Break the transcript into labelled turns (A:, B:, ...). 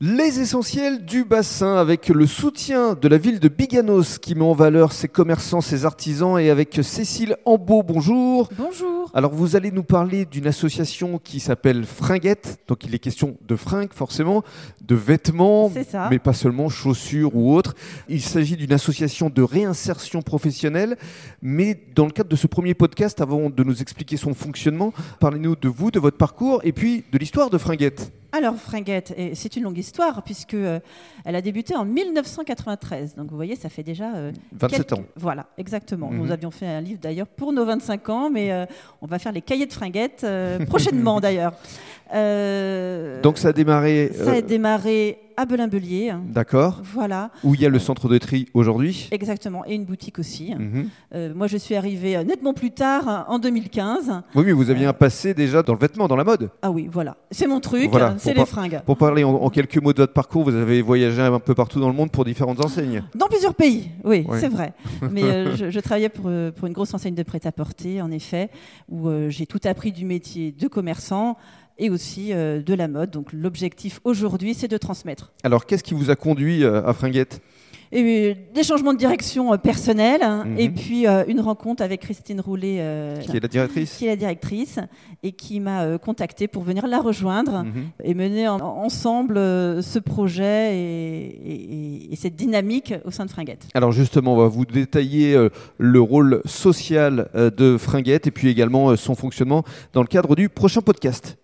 A: Les essentiels du bassin avec le soutien de la ville de Biganos qui met en valeur ses commerçants, ses artisans et avec Cécile Ambeau. Bonjour.
B: Bonjour.
A: Alors vous allez nous parler d'une association qui s'appelle Fringuette. Donc il est question de fringues forcément, de vêtements,
B: C'est ça.
A: mais pas seulement chaussures ou autres. Il s'agit d'une association de réinsertion professionnelle. Mais dans le cadre de ce premier podcast, avant de nous expliquer son fonctionnement, parlez-nous de vous, de votre parcours et puis de l'histoire de Fringuette.
B: Alors, Fringuette, et c'est une longue histoire puisque euh, elle a débuté en 1993. Donc, vous voyez, ça fait déjà euh,
A: 27
B: quelques-
A: ans.
B: Voilà, exactement.
A: Mhm.
B: Nous avions fait un livre d'ailleurs pour nos 25 ans, mais euh, on va faire les cahiers de Fringuette euh, prochainement d'ailleurs. Euh,
A: Donc ça a démarré.
B: ça a
A: euh,
B: démarré à Belin-Belier.
A: D'accord.
B: Voilà,
A: Où il y a le centre de tri aujourd'hui.
B: exactement, et une boutique aussi.
A: Mhm.
B: Euh, moi, je suis arrivée euh, nettement plus tard, hein, en 2015.
A: Oui, mais vous aviez un passé déjà dans le vêtement, dans la mode.
B: Ah oui, voilà, c'est mon truc,
A: Voilà,
B: hein, c'est
A: pour
B: les
A: pas-
B: fringues.
A: Pour parler en, en quelques mots de votre parcours, vous avez voyagé un peu partout dans le monde pour différentes enseignes.
B: Dans plusieurs pays, oui,
A: Ouais.
B: c'est vrai. Mais euh, je, je travaillais pour, euh, pour une grosse enseigne de prêt-à-porter, en effet, où euh, j'ai tout appris du métier de commerçant et aussi euh, de la mode. Donc l'objectif aujourd'hui, c'est de transmettre.
A: Alors, qu'est-ce qui vous a conduit euh, à Fringuette
B: Et euh, des changements de direction euh, personnelle, hein,
A: Mhm.
B: et puis euh, une rencontre avec Christine Roulet, euh,
A: Qui est la directrice
B: qui est la directrice, et qui m'a euh, contactée pour venir la rejoindre
A: Mhm.
B: et mener en- ensemble euh, ce projet et, et- et- et cette dynamique au sein de Fringuette.
A: Alors justement, on va vous détailler euh, le rôle social euh, de Fringuette et puis également euh, son fonctionnement dans le cadre du prochain podcast.